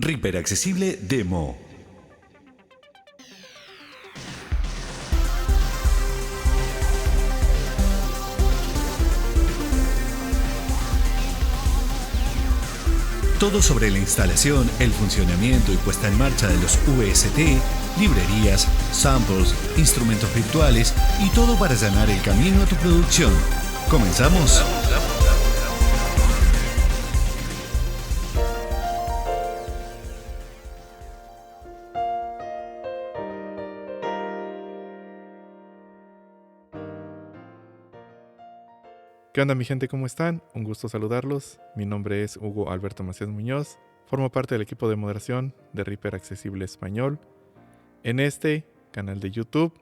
Reaper Accesible Demo. Todo sobre la instalación, el funcionamiento y puesta en marcha de los VST, librerías, samples, instrumentos virtuales y todo para allanar el camino a tu producción. ¿Comenzamos? ¿Qué onda mi gente? ¿Cómo están? Un gusto saludarlos. Mi nombre es Hugo Alberto Macías Muñoz. Formo parte del equipo de moderación de Reaper Accesible Español en este canal de YouTube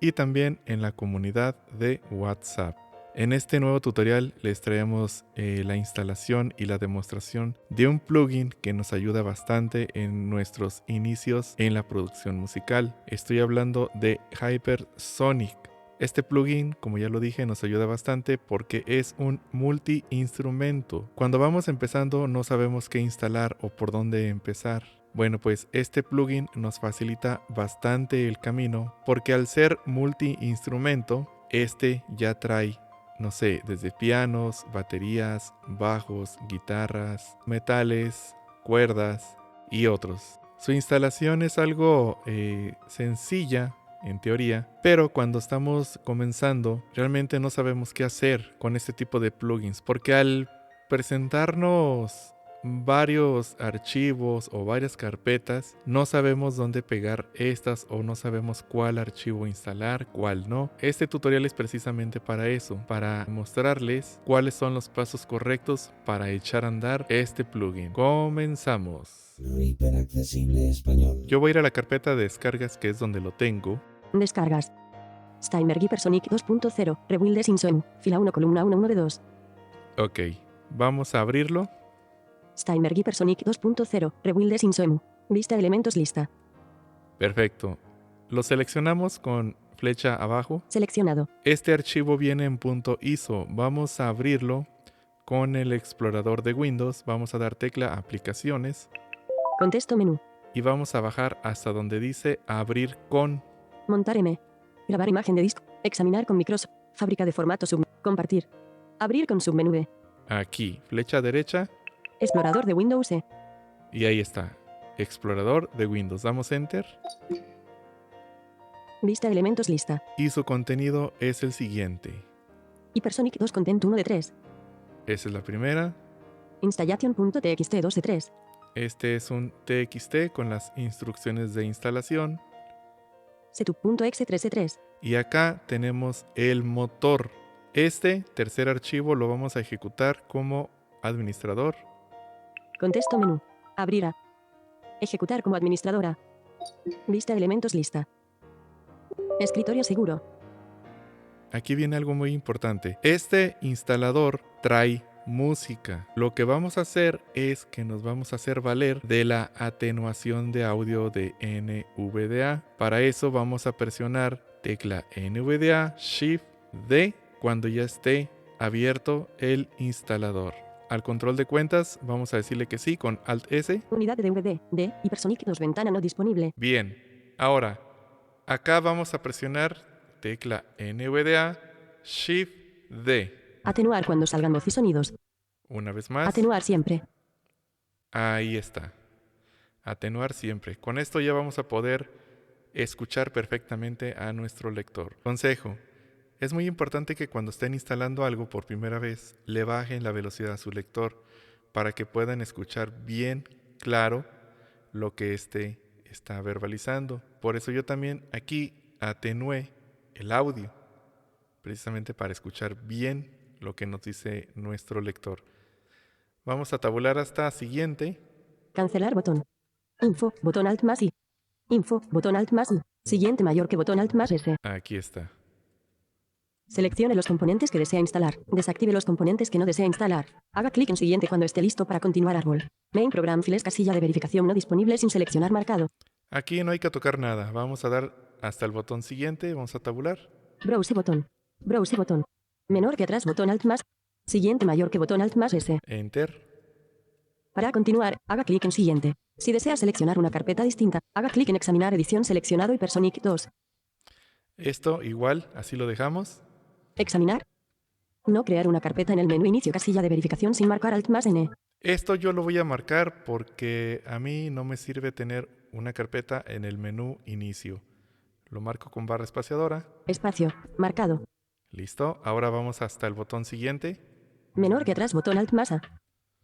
y también en la comunidad de WhatsApp. En este nuevo tutorial les traemos eh, la instalación y la demostración de un plugin que nos ayuda bastante en nuestros inicios en la producción musical. Estoy hablando de Hypersonic. Este plugin, como ya lo dije, nos ayuda bastante porque es un multi-instrumento. Cuando vamos empezando no sabemos qué instalar o por dónde empezar. Bueno, pues este plugin nos facilita bastante el camino porque al ser multi-instrumento, este ya trae, no sé, desde pianos, baterías, bajos, guitarras, metales, cuerdas y otros. Su instalación es algo eh, sencilla en teoría, pero cuando estamos comenzando realmente no sabemos qué hacer con este tipo de plugins, porque al presentarnos varios archivos o varias carpetas, no sabemos dónde pegar estas o no sabemos cuál archivo instalar, cuál no. Este tutorial es precisamente para eso, para mostrarles cuáles son los pasos correctos para echar a andar este plugin. Comenzamos. Reaper Accesible Español. Yo voy a ir a la carpeta de descargas que es donde lo tengo. Descargas. Steamer Hypersonic 2.0. Rebuildes Inson. Fila 1, columna 1, 1 de 2. Ok, vamos a abrirlo. Steamer Hypersonic 2.0. Rebuildes Inson. Vista elementos lista. Perfecto. Lo seleccionamos con flecha abajo. Seleccionado. Este archivo viene en punto ISO. Vamos a abrirlo con el explorador de Windows. Vamos a dar tecla aplicaciones Contexto menú. y vamos a bajar hasta donde dice abrir con. Montar M. Grabar imagen de disco. Examinar con Microsoft. Fábrica de formato sub. Compartir. Abrir con submenú B. Aquí, flecha derecha Explorador de Windows E. y ahí está. Explorador de Windows. Damos enter Vista elementos lista. y su contenido es el siguiente. Hypersonic 2 content 1 de 3. Esa es la primera. Installation.txt 2 de 3. Este es un TXT con las instrucciones de instalación. Setup.exe 3 de 3. Y acá tenemos el motor. Este tercer archivo lo vamos a ejecutar como administrador. Contexto menú. Abrir a. Ejecutar como administradora. Vista elementos lista. Escritorio seguro. Aquí viene algo muy importante. Este instalador trae música. Lo que vamos a hacer es que nos vamos a hacer valer de la atenuación de audio de NVDA. Para eso vamos a presionar tecla NVDA Shift D cuando ya esté abierto el instalador. Al control de cuentas vamos a decirle que sí con Alt S. Unidad de DVD. D. Hypersonic 2 ventana no disponible. Bien, ahora acá vamos a presionar tecla NVDA Shift D. Atenuar cuando salgan voz y sonidos. Una vez más. Atenuar siempre. Ahí está. Atenuar siempre. Con esto ya vamos a poder escuchar perfectamente a nuestro lector. Consejo. Es muy importante que cuando estén instalando algo por primera vez, le bajen la velocidad a su lector para que puedan escuchar bien claro lo que éste está verbalizando. Por eso yo también aquí atenué el audio, precisamente para escuchar bien lo que nos dice nuestro lector. Vamos a tabular hasta siguiente. Cancelar botón. Info, botón alt más I. Info, botón alt más I. Siguiente mayor que botón alt más S. Aquí está. Seleccione los componentes que desea instalar. Desactive los componentes que no desea instalar. Haga clic en siguiente cuando esté listo para continuar árbol. Main program files casilla de verificación no disponible sin seleccionar marcado. Aquí no hay que tocar nada. Vamos a dar hasta el botón siguiente. Vamos a tabular. Browse botón. Browse botón. Menor que atrás botón alt más. Siguiente mayor que botón alt más S. Enter. Para continuar, haga clic en siguiente. Si desea seleccionar una carpeta distinta, haga clic en Examinar edición seleccionado Hypersonic 2. Esto igual, así lo dejamos. Examinar. No crear una carpeta en el menú inicio casilla de verificación sin marcar Alt más N. Esto yo lo voy a marcar porque a mí no me sirve tener una carpeta en el menú inicio. Lo marco con barra espaciadora. Espacio. Marcado. Listo. Ahora vamos hasta el botón siguiente. Menor que atrás botón Alt más A.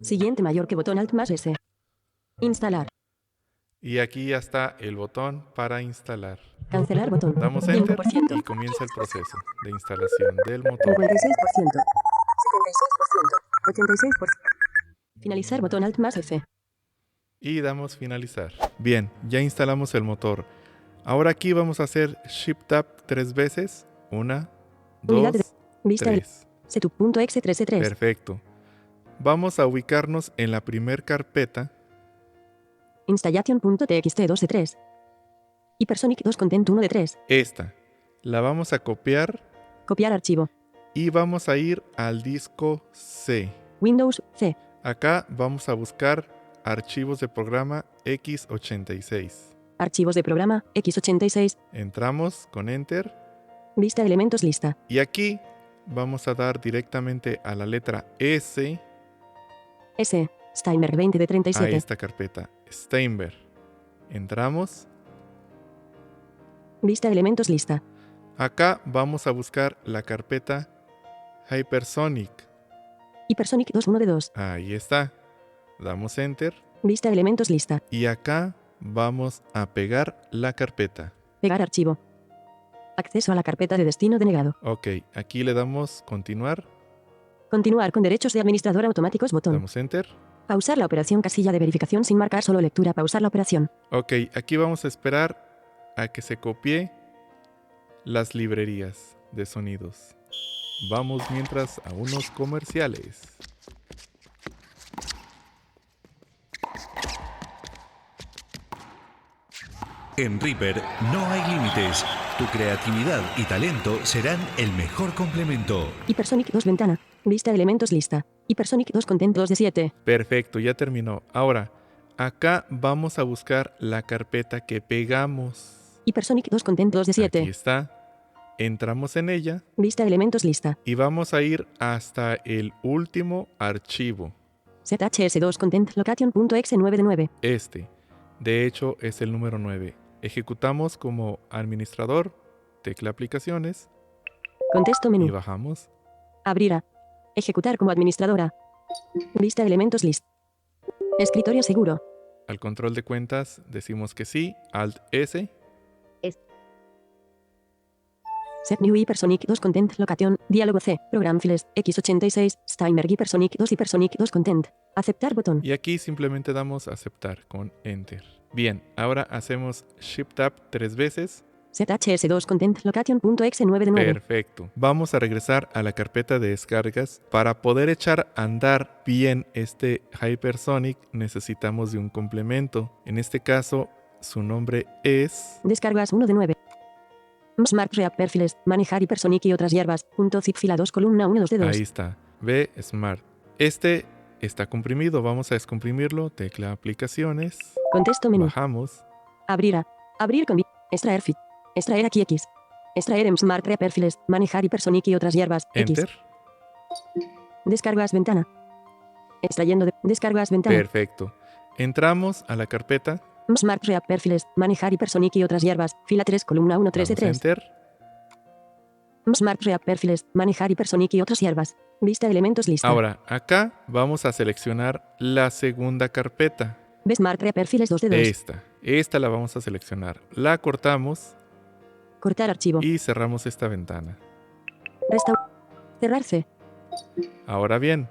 Siguiente mayor que botón Alt más S. Instalar. Y aquí ya está el botón para instalar. Cancelar botón. Damos Enter 5%. y comienza el proceso de instalación del 56%. motor. 76%. 86%. Finalizar botón Alt más F. Y damos finalizar. Bien, ya instalamos el motor. Ahora aquí vamos a hacer Shift Tab tres veces. Una, Unidad de- dos, Vista el tres. setup.exe 13.3. Perfecto. Vamos a ubicarnos en la primer carpeta. Installation.txt 12.3. Hypersonic 2 content 1 de 3. Esta. La vamos a copiar Copiar archivo. y vamos a ir al disco C. Windows C. Acá vamos a buscar archivos de programa X86. Archivos de programa x86. Entramos con Enter Vista elementos lista. y aquí vamos a dar directamente a la letra S S. Steinberg 20 de a 37. esta carpeta, Steinberg. Entramos. Vista elementos lista. Acá vamos a buscar la carpeta Hypersonic. Hypersonic 2 1 de 2. Ahí está. Damos Enter Vista elementos lista. y acá vamos a pegar la carpeta. Pegar archivo. Acceso a la carpeta de destino denegado. Ok, aquí le damos continuar, Continuar con derechos de administrador automáticos botón. damos Enter. Pausar la operación casilla de verificación sin marcar solo lectura. Pausar la operación. Ok, aquí vamos a esperar a que se copie las librerías de sonidos. Vamos mientras a unos comerciales. En Reaper no hay límites. Tu creatividad y talento serán el mejor complemento. Hypersonic 2 ventana. Vista elementos lista. Hypersonic 2 content 2 de 7. Perfecto, ya terminó. Ahora, acá vamos a buscar la carpeta que pegamos. Hypersonic 2 content 2 de Aquí 7. está. Entramos en ella Vista elementos lista. y vamos a ir hasta el último archivo. ZHS2 content location.exe 9 de 9. Este, de hecho, es el número 9. Ejecutamos como administrador, tecla aplicaciones Contexto menú. y bajamos. Abrir a. Ejecutar como administradora. Vista elementos list. Escritorio seguro. Al control de cuentas decimos que sí, Alt S, Set new Hypersonic 2 content location. Diálogo C. Program files. X86. Steinberg Hypersonic 2 Hypersonic 2 content. Aceptar botón. y aquí simplemente damos aceptar con Enter. Bien, ahora hacemos Shift Tab tres veces. ZHS2 content location.exe 9 de 9. Perfecto. Vamos a regresar a la carpeta de descargas. Para poder echar a andar bien este Hypersonic necesitamos de un complemento. En este caso, su nombre es... Descargas 1 de 9. Smart React perfiles. Manejar Hypersonic y otras hierbas. Punto zip fila 2 columna 1 2 de 2. Ahí está. B Smart. Este está comprimido. Vamos a descomprimirlo. Tecla aplicaciones. Contexto menú. Bajamos. Abrir a. Abrir con vi- Extraer fit. Extraer aquí X. Extraer en Smart React perfiles. Manejar Hypersonic y otras hierbas. X. Enter. Descargas ventana. Extrayendo de descargas ventana. Perfecto. Entramos a la carpeta. Smart React Perfiles. Manejar Hypersonic y otras hierbas. Fila 3, columna 1, 3 de damos 3. Enter. Smart React Perfiles. Manejar Hypersonic y otras hierbas. Vista elementos lista. Ahora, acá vamos a seleccionar la segunda carpeta. Ve Smart React Perfiles 2 de 2. Esta. Esta la vamos a seleccionar. La cortamos Cortar archivo. y cerramos esta ventana. Resta. Cerrar C. Ahora bien,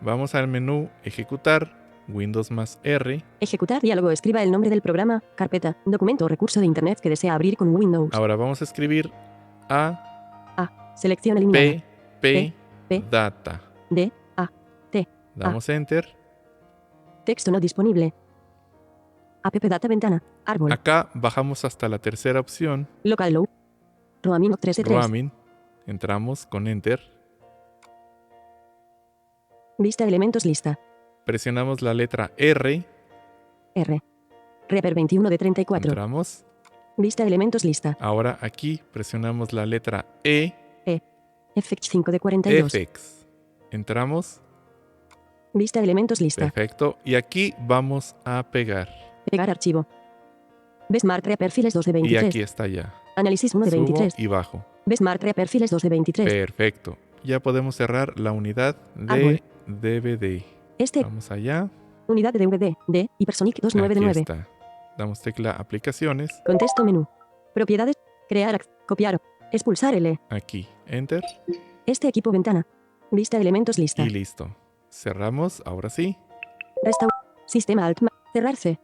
vamos al menú Ejecutar. Windows más R. Ejecutar diálogo. Escriba el nombre del programa, carpeta, documento o recurso de Internet que desea abrir con Windows. Ahora vamos a escribir A Selección eliminada. P, P, P, Ah. Data. D. A. Damos Enter. Texto no disponible. App data ventana. Árbol. Acá bajamos hasta la tercera opción, Local low. Roaming 3 de 3. Roaming. Entramos con Enter. Vista elementos lista. Presionamos la letra R R. Reaper 21 de 34. Entramos. Vista elementos lista. Ahora aquí presionamos la letra E, Effect 5 de 42. FX. Entramos. Vista elementos lista. Perfecto. Y aquí vamos a pegar. Pegar archivo. Besmart Perfiles 2 de Y 23. aquí está ya. Análisis 1 de Subo 23. y bajo. Besmart Perfiles 2 de 23. Perfecto. Ya podemos cerrar la unidad de Árbol. DVD. este, Vamos allá. unidad de DVD, de Hypersonic 2.9 de Ah. Aquí 9. está. Damos tecla aplicaciones. Contexto menú. Propiedades. Crear. ac- Copiar. Expulsar L. Aquí. Enter. Este equipo ventana. Vista elementos lista. Y listo. Cerramos. Ahora sí. Resta. Sistema alt. ma- Cerrarse.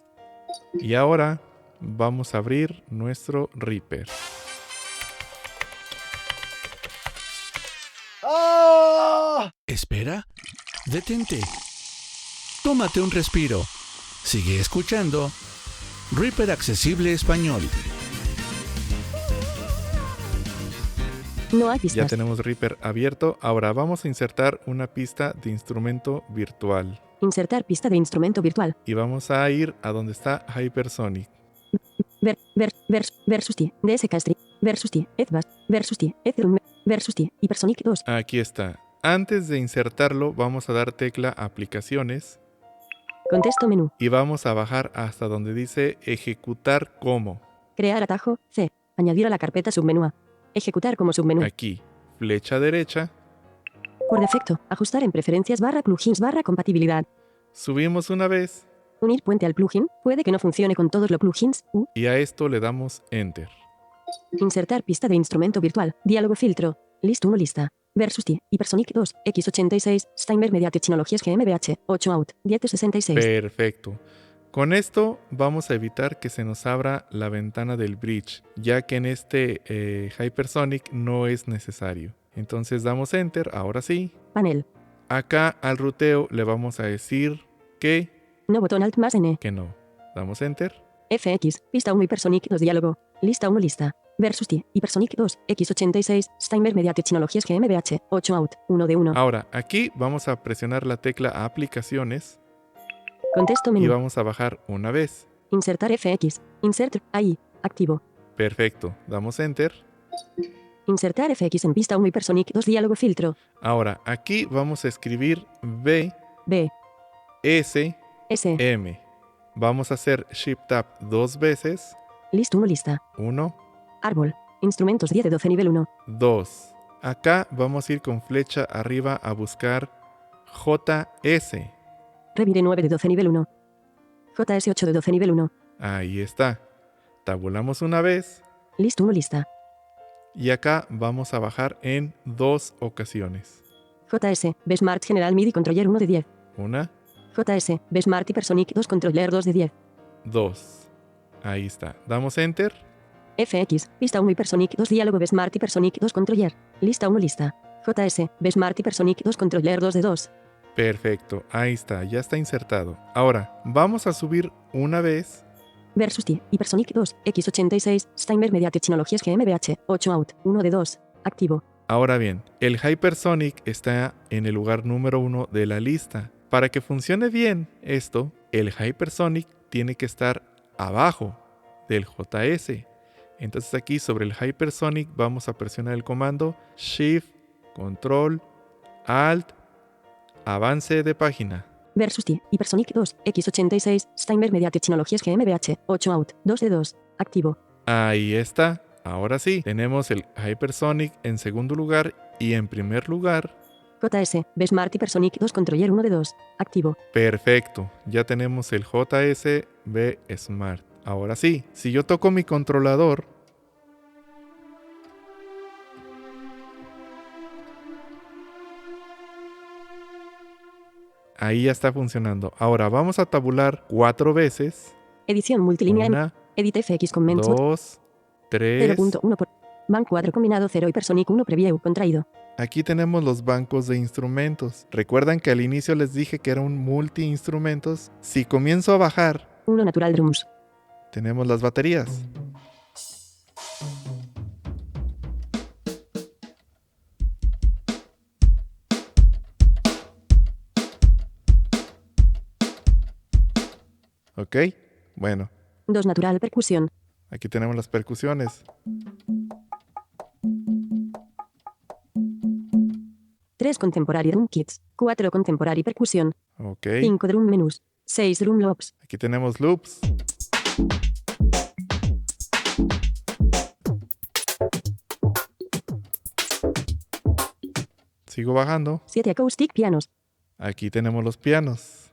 Y ahora vamos a abrir nuestro Reaper. Espera. Detente. Tómate un respiro. Sigue escuchando. Reaper Accesible Español. No hay Ya pistas. tenemos Reaper abierto. Ahora vamos a insertar una pista de instrumento virtual. Insertar pista de instrumento virtual. Y vamos a ir a donde está Hypersonic. Ver, ver, vers, versus T. DSK Street. Versus T. Edvas. Versus T. Edrum. Versus T. Hypersonic 2. Aquí está. Antes de insertarlo vamos a dar tecla aplicaciones Contexto menú. y vamos a bajar hasta donde dice ejecutar como. Crear atajo. C. Añadir a la carpeta submenú A. Ejecutar como submenú. Aquí, flecha derecha, Por defecto. Ajustar en preferencias barra plugins barra compatibilidad. subimos una vez Unir puente al plugin. Puede que no funcione con todos los plugins. U. y a esto le damos enter. Insertar pista de instrumento virtual. Diálogo filtro. List 1 lista. Versus T. Hypersonic 2. X86. Steimer Media Technologies GmbH. 8 out. 1066. Perfecto. Con esto vamos a evitar que se nos abra la ventana del bridge, ya que en este eh, Hypersonic no es necesario. Entonces damos enter, ahora sí. Panel. Acá al ruteo le vamos a decir que, No botón alt más N. que no. Damos enter. FX. Pista 1 Hypersonic 2. Diálogo. Lista 1 lista. Versus T. Hypersonic 2. X86. Steimer Media Technologies GmbH. 8 out. 1 de 1. Ahora, aquí vamos a presionar la tecla aplicaciones Contexto y menú. vamos a bajar una vez. Insertar FX. Insert. Ahí. Activo. Perfecto, damos enter. Insertar FX en pista 1 Hypersonic 2. Diálogo filtro. Ahora, aquí vamos a escribir B, B. S, S. M. Vamos a hacer Shift Tab dos veces. List 1 lista. Uno, Árbol. Instrumentos 10 de 12 nivel 1. dos. Acá vamos a ir con flecha arriba a buscar JS. Revire 9 de 12 nivel 1. JS 8 de 12 nivel 1. Ahí está. Tabulamos una vez List 1 lista. y acá vamos a bajar en dos ocasiones. JS. Besmart General MIDI Controller 1 de 10. Una, JS. Besmart Hypersonic 2 Controller 2 de 10. 2. Ahí está. Damos enter. FX. Pista 1 Hypersonic 2 Diálogo Besmart Hypersonic 2 Controller. Lista 1 lista. JS. Besmart Hypersonic 2 Controller 2 de 2. Perfecto. Ahí está. Ya está insertado. Ahora, vamos a subir una vez Versus T. Hypersonic 2. X86. Steimer Media Technologies GmbH. 8 out. 1 de 2. Activo. Ahora bien, el Hypersonic está en el lugar número uno de la lista. Para que funcione bien esto, el Hypersonic tiene que estar abajo del JS. Entonces aquí sobre el Hypersonic vamos a presionar el comando Shift, Control, Alt, Avance de página. Versus T. Hypersonic 2. X86. Steimer Media Technologies GmbH. 8 out. 2 de 2. Activo. Ahí está. Ahora sí, tenemos el Hypersonic en segundo lugar y en primer lugar. JS, Besmart Hypersonic 2 Controller 1 de 2, activo. Perfecto, ya tenemos el JSB Smart. Ahora sí, si yo toco mi controlador, ahí ya está funcionando. Ahora vamos a tabular cuatro veces. Edición multilínea en Una, Edit FX con Mentor dos, tres. 0.1 por Ban 4 combinado 0 Hypersonic 1 Preview contraído. Aquí tenemos los bancos de instrumentos. ¿Recuerdan que al inicio les dije que era un multi-instrumentos? Si comienzo a bajar, 1 Natural Drums. tenemos las baterías. Ok, bueno, 2 natural percusión. Aquí tenemos las percusiones. 3 contemporary drum kits. 4 contemporary percusión. Ok. 5 drum menús. 6 drum loops. Aquí tenemos loops. Sigo bajando. 7 acoustic pianos. Aquí tenemos los pianos.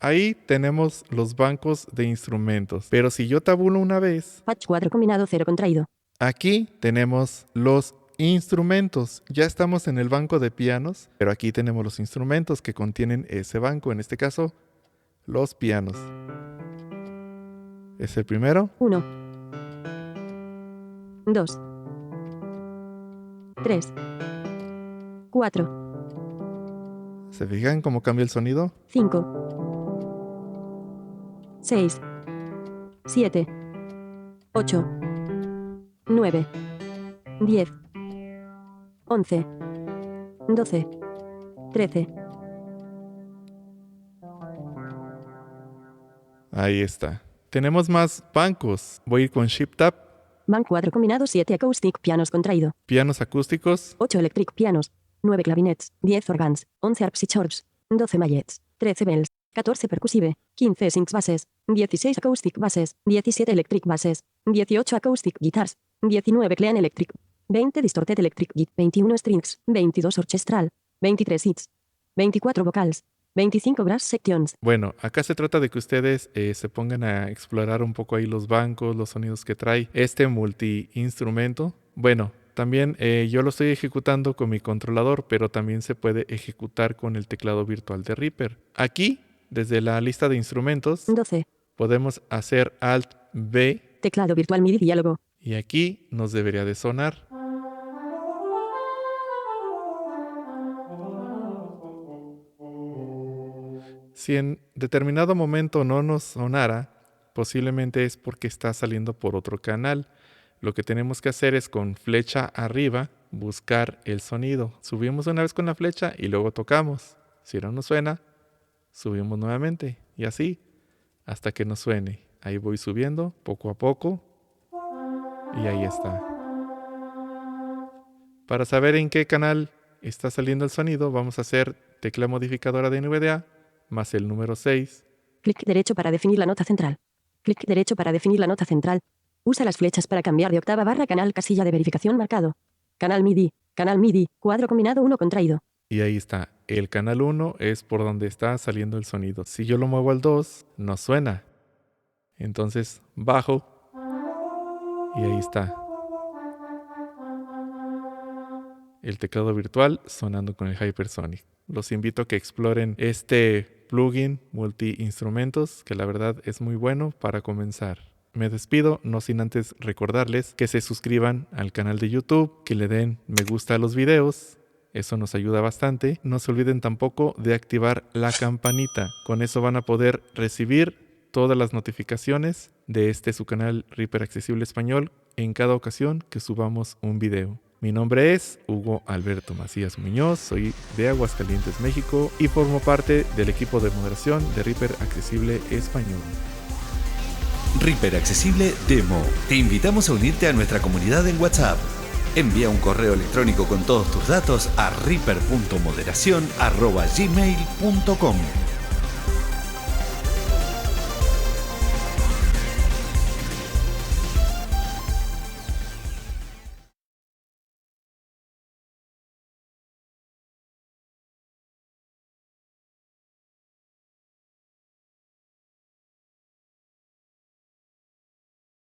Ahí tenemos los bancos de instrumentos. Pero si yo tabulo una vez, Patch 4 combinado 0 contraído. aquí tenemos los instrumentos. Ya estamos en el banco de pianos, pero aquí tenemos los instrumentos que contienen ese banco. En este caso, los pianos. Es el primero. 1 2 3 4 ¿Se fijan cómo cambia el sonido? 5 6 7 8 9 10 11 12 13 Ahí está. Tenemos más bancos. Voy a ir con Shift Tap, Bank 4 combinado 7 acoustic pianos contraído pianos acústicos. 8 electric pianos, 9 clavinets, 10 organs, 11 harps y chorps, 12 mallets, 13 bells, 14 percusive, 15 synth basses, 16 acoustic basses, 17 electric basses, 18 acoustic guitars, 19 clean electric, 20 distorted electric git, 21 strings, 22 orchestral, 23 hits, 24 vocals, 25 brass sections. Bueno, acá se trata de que ustedes eh, se pongan a explorar un poco ahí los bancos, los sonidos que trae este multi-instrumento. Bueno, también eh, yo lo estoy ejecutando con mi controlador, pero también se puede ejecutar con el teclado virtual de Reaper. Aquí, desde la lista de instrumentos, 12. podemos hacer Alt B Teclado virtual MIDI diálogo. y aquí nos debería de sonar. Si en determinado momento no nos sonara, posiblemente es porque está saliendo por otro canal. Lo que tenemos que hacer es con flecha arriba buscar el sonido. Subimos una vez con la flecha y luego tocamos. Si no nos suena, subimos nuevamente y así hasta que nos suene. Ahí voy subiendo poco a poco y ahí está. Para saber en qué canal está saliendo el sonido, vamos a hacer tecla modificadora de NVDA más el número 6. Clic derecho para definir la nota central. Clic derecho para definir la nota central. Usa las flechas para cambiar de octava barra canal casilla de verificación marcado. Canal MIDI, canal MIDI, cuadro combinado 1 contraído. Y ahí está. El canal 1 es por donde está saliendo el sonido. Si yo lo muevo al 2, no suena. Entonces bajo. Y ahí está. El teclado virtual sonando con el Hypersonic. Los invito a que exploren este plugin multi-instrumentos, que la verdad es muy bueno para comenzar. Me despido, no sin antes recordarles que se suscriban al canal de YouTube, que le den me gusta a los videos eso nos ayuda bastante. No se olviden tampoco de activar la campanita. Con eso van a poder recibir todas las notificaciones de este su canal Reaper Accesible Español en cada ocasión que subamos un video. Mi nombre es Hugo Alberto Macías Muñoz, soy de Aguascalientes, México y formo parte del equipo de moderación de Reaper Accesible Español. Reaper Accesible Demo. Te invitamos a unirte a nuestra comunidad en WhatsApp. Envía un correo electrónico con todos tus datos a reaper.moderación.gmail.com